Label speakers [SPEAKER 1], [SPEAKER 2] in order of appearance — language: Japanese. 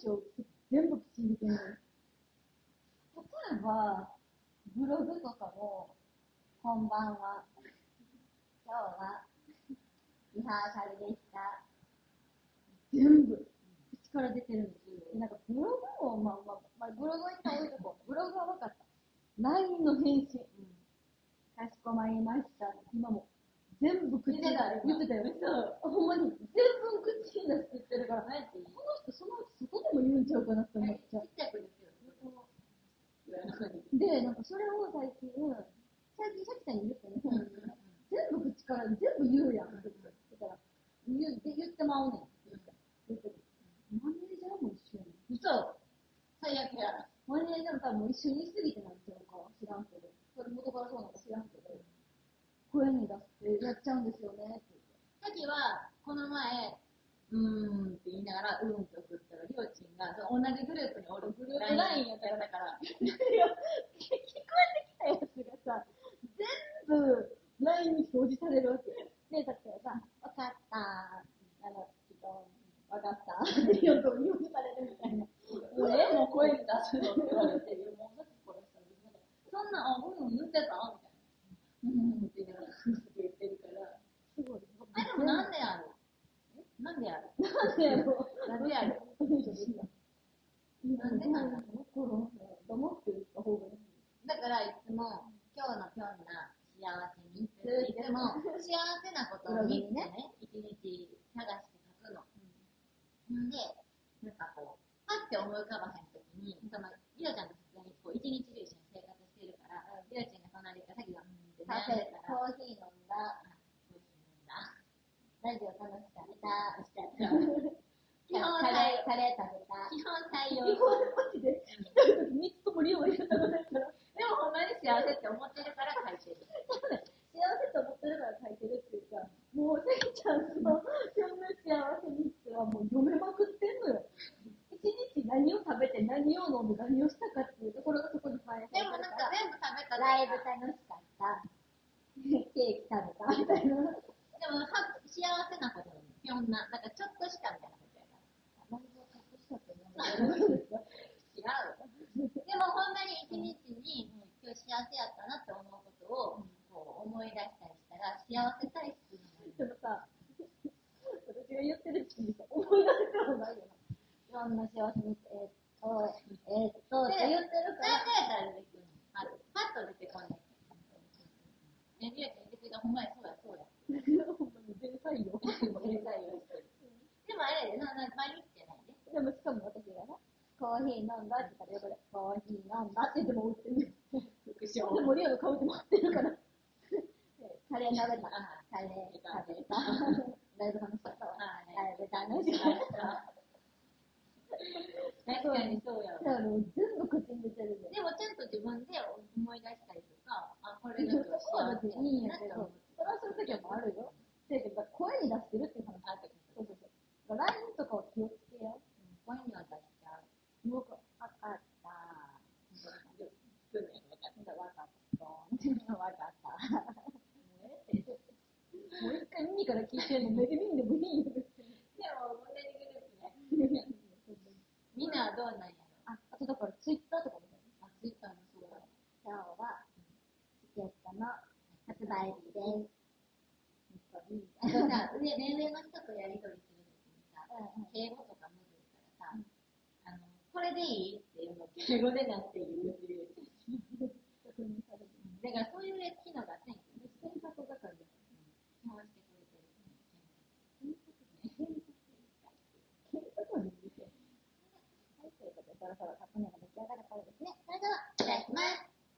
[SPEAKER 1] 書を全部口に入れてんのよ。
[SPEAKER 2] 例えば、ブログとかも、こんばんは。今日は、リハーサルでした。
[SPEAKER 1] 全部。
[SPEAKER 2] 口から出てるんですよ。なんかブログも、まあまあ、まあ、ブログは一旦置いとこう。ブログは分かった。LINE の返信。かしこまりました。今も。
[SPEAKER 1] 全部口
[SPEAKER 2] 言ってたよ。
[SPEAKER 1] 言ってたよ。
[SPEAKER 2] そう。ほんまに、全部口に出して言ってるから、何やっていい
[SPEAKER 1] この人、そのうち外でも言うんちゃうかなって思っちゃう。
[SPEAKER 2] ちゃい子ですよ。で、なんかそれを最近、最近シャキさんに言ってね、全部口から全部言うやん。だから、言って、言ってまうねん。言ってマネージャーも一緒やねん。
[SPEAKER 3] 嘘最悪や。
[SPEAKER 2] マネージャーも多分一緒にしすぎてなんちゃうか知らんけど。これ元からそうなのか知らんけど。声に出してやっちゃうんですよねって言って。
[SPEAKER 3] さきは、この前、うーんって言いながら、うんって送ったら、りょうちんが、その同じグループにおる。
[SPEAKER 2] グループ LINE
[SPEAKER 3] やったから、
[SPEAKER 2] 聞こえてきたやつがさ、全部 LINE に表示されるわけ。で、だってさ、わかったあの、ちょっと、わかったって言うと表示されるみたいな。
[SPEAKER 3] 俺も声に出すのって言われて、いやもうさっきこれしたら、そんな、あ、うん、言ってたみたいな。うんって言いながら、ふって言ってるから。
[SPEAKER 2] すごい。
[SPEAKER 3] あ、でもなんでやろえなんでやろ
[SPEAKER 2] なんでやろ
[SPEAKER 3] なんでやろ
[SPEAKER 2] なん
[SPEAKER 3] でかな
[SPEAKER 2] 心黙って言った方がいい。
[SPEAKER 3] だからいつも、今日の今日な幸せにいつも幸せなことを見つね、一日探して書くの。んで、なんかこう、パッて思い浮かばへんときに、その、りょうちゃんと普通にこう一日中一緒に生活してるから、りょうちゃんが隣でさっきが、うんって
[SPEAKER 2] カ
[SPEAKER 3] な
[SPEAKER 2] フェ
[SPEAKER 3] るか、ら、
[SPEAKER 2] コーヒー飲んだ、ラジオ楽しかった、
[SPEAKER 3] しちゃった。基本
[SPEAKER 2] カレー、
[SPEAKER 3] 採
[SPEAKER 2] カレー食べた。
[SPEAKER 3] 基本採用。
[SPEAKER 1] 日本の街で、来た時3つともリオが言ったことないから、
[SPEAKER 3] でもほんまに幸せって思ってるから書いてる。
[SPEAKER 1] 幸せと思ってるから書いてるっていうか、もう、せいちゃんの、そんな幸せにつはもう読めまくってんのよ。一日何を食べて、何を飲んで、何をしたかっていうところがそこに反映さ
[SPEAKER 3] で
[SPEAKER 1] れ
[SPEAKER 3] も
[SPEAKER 1] てるか
[SPEAKER 3] なん
[SPEAKER 1] ら。
[SPEAKER 3] か全部食べた
[SPEAKER 2] ライブ
[SPEAKER 3] ら
[SPEAKER 2] 楽しかった。ケーキ食べたみた いな。
[SPEAKER 3] でも、ハッ幸せなことなの。いろんな、なんかちょっとしたみたいなことやから。
[SPEAKER 2] 何も隠したくない。
[SPEAKER 3] 違う。でも、ほんまに一日に、今日幸せやったなって思うことを、こう思い出したりしたら、幸せ体質になる。
[SPEAKER 1] でもさ、私が言ってるって思い出せてもないよな。
[SPEAKER 2] いろんな幸せに、えっと、えっと、って言ってるから
[SPEAKER 3] 大。体やったら出てくるの。あるパッと出てこない。え、りゅうちゃん、出てくるほんまにそうや、そうや。
[SPEAKER 1] ほんまに全採用。
[SPEAKER 3] 全然よしてる。でもあれやで、な、な、毎日じゃないね。
[SPEAKER 1] でもしかも私がな、
[SPEAKER 2] コーヒー飲んだって言ったら横で、コーヒー飲んだって言っても売ってる。
[SPEAKER 3] 副
[SPEAKER 1] で
[SPEAKER 3] 賞
[SPEAKER 1] もリアの顔で待ってるから、
[SPEAKER 2] カレー食べた。
[SPEAKER 3] あ
[SPEAKER 2] カレー食べた。ライブ楽しかったわ。
[SPEAKER 3] あ
[SPEAKER 2] ライブ楽しかった。
[SPEAKER 3] 確かにそうやわ
[SPEAKER 1] だ。からもう全部口に出てるんだよ。
[SPEAKER 3] でもちゃんと自分で思い出したりとか、あ、これだと幸せやなって思う。
[SPEAKER 1] それはそういう時もあるよ。せやけど、声に出してるっていう話。
[SPEAKER 3] あ、と
[SPEAKER 1] そうそうそう。LINE とかは気をつけよ
[SPEAKER 3] 声には出しちゃう。
[SPEAKER 1] う。もうか
[SPEAKER 2] わかった。
[SPEAKER 3] すぐに分かっ
[SPEAKER 2] わかった。わかった。
[SPEAKER 1] もう一回耳から聞いてんの、目で見んでもいいよ。
[SPEAKER 3] でも、同じグループね。みんなはどうなんやろ
[SPEAKER 2] あ、あとだからツイッターとかもね。
[SPEAKER 3] あ、ツイッターのそうだ。
[SPEAKER 2] 今日は、チケットの発売日です。
[SPEAKER 3] あとさ、上、年齢の人とやりとりするときにさ、敬語とか無理からさ、あの、これでいいっていうのを敬語でなって言うっていう。だからそういう機能がつい